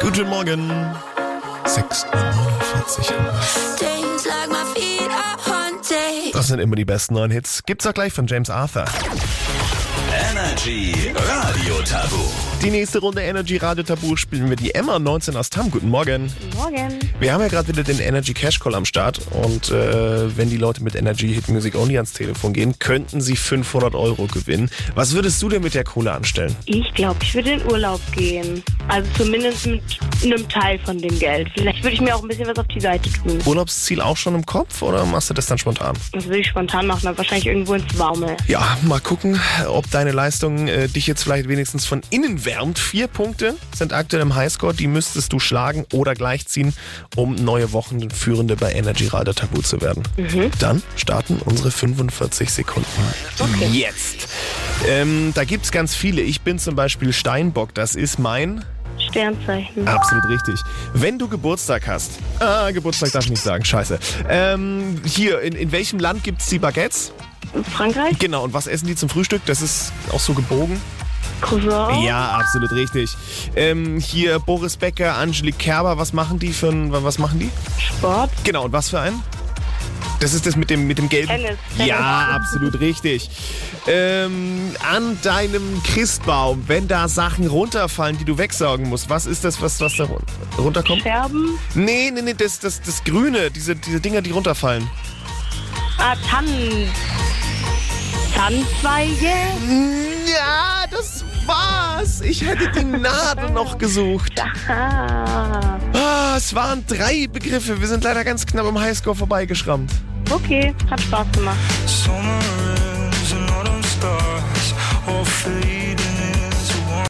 Guten Morgen. 6.49 Uhr. Days like my feet are haunted. Das sind immer die besten neuen Hits. Gibt's auch gleich von James Arthur. Energy Radio Tabu. Die nächste Runde Energy Radio Tabu spielen wir die Emma 19 aus Tam. Guten Morgen. Morgen. Wir haben ja gerade wieder den Energy Cash Call am Start und äh, wenn die Leute mit Energy Hit Music Only ans Telefon gehen, könnten sie 500 Euro gewinnen. Was würdest du denn mit der Kohle anstellen? Ich glaube, ich würde in Urlaub gehen. Also zumindest mit einem Teil von dem Geld. Vielleicht würde ich mir auch ein bisschen was auf die Seite tun. Urlaubsziel auch schon im Kopf oder machst du das dann spontan? Das würde ich spontan machen, aber wahrscheinlich irgendwo ins Warme. Ja, mal gucken, ob deine Leistung äh, dich jetzt vielleicht wenigstens von innen wärmt. Vier Punkte sind aktuell im Highscore, die müsstest du schlagen oder gleichziehen, um neue Wochenführende bei Energy Radio Tabu zu werden. Dann starten unsere 45 Sekunden jetzt. Ähm, da gibt's ganz viele. Ich bin zum Beispiel Steinbock, das ist mein... Sternzeichen. Absolut richtig. Wenn du Geburtstag hast... Ah, Geburtstag darf ich nicht sagen, scheiße. Ähm, hier, in, in welchem Land gibt's die Baguettes? Frankreich? Genau, und was essen die zum Frühstück? Das ist auch so gebogen. Croissant? Ja, absolut richtig. Ähm, hier Boris Becker, Angelique Kerber, was machen die für ein, was machen die? Sport? Genau, und was für ein? Das ist das mit dem, mit dem gelben. Tennis, Tennis. Ja, absolut richtig. Ähm, an deinem Christbaum, wenn da Sachen runterfallen, die du wegsaugen musst, was ist das, was, was da run- runterkommt? Scherben? Nee, nee, nee, das, das, das Grüne, diese, diese Dinger, die runterfallen. Ah, Tannen. Tannenzweige? Ja, das war's. Ich hätte die Nadel noch gesucht. Ah, Ah, es waren drei Begriffe. Wir sind leider ganz knapp am Highscore vorbeigeschrammt. okay. Hat Spaß gemacht. Summer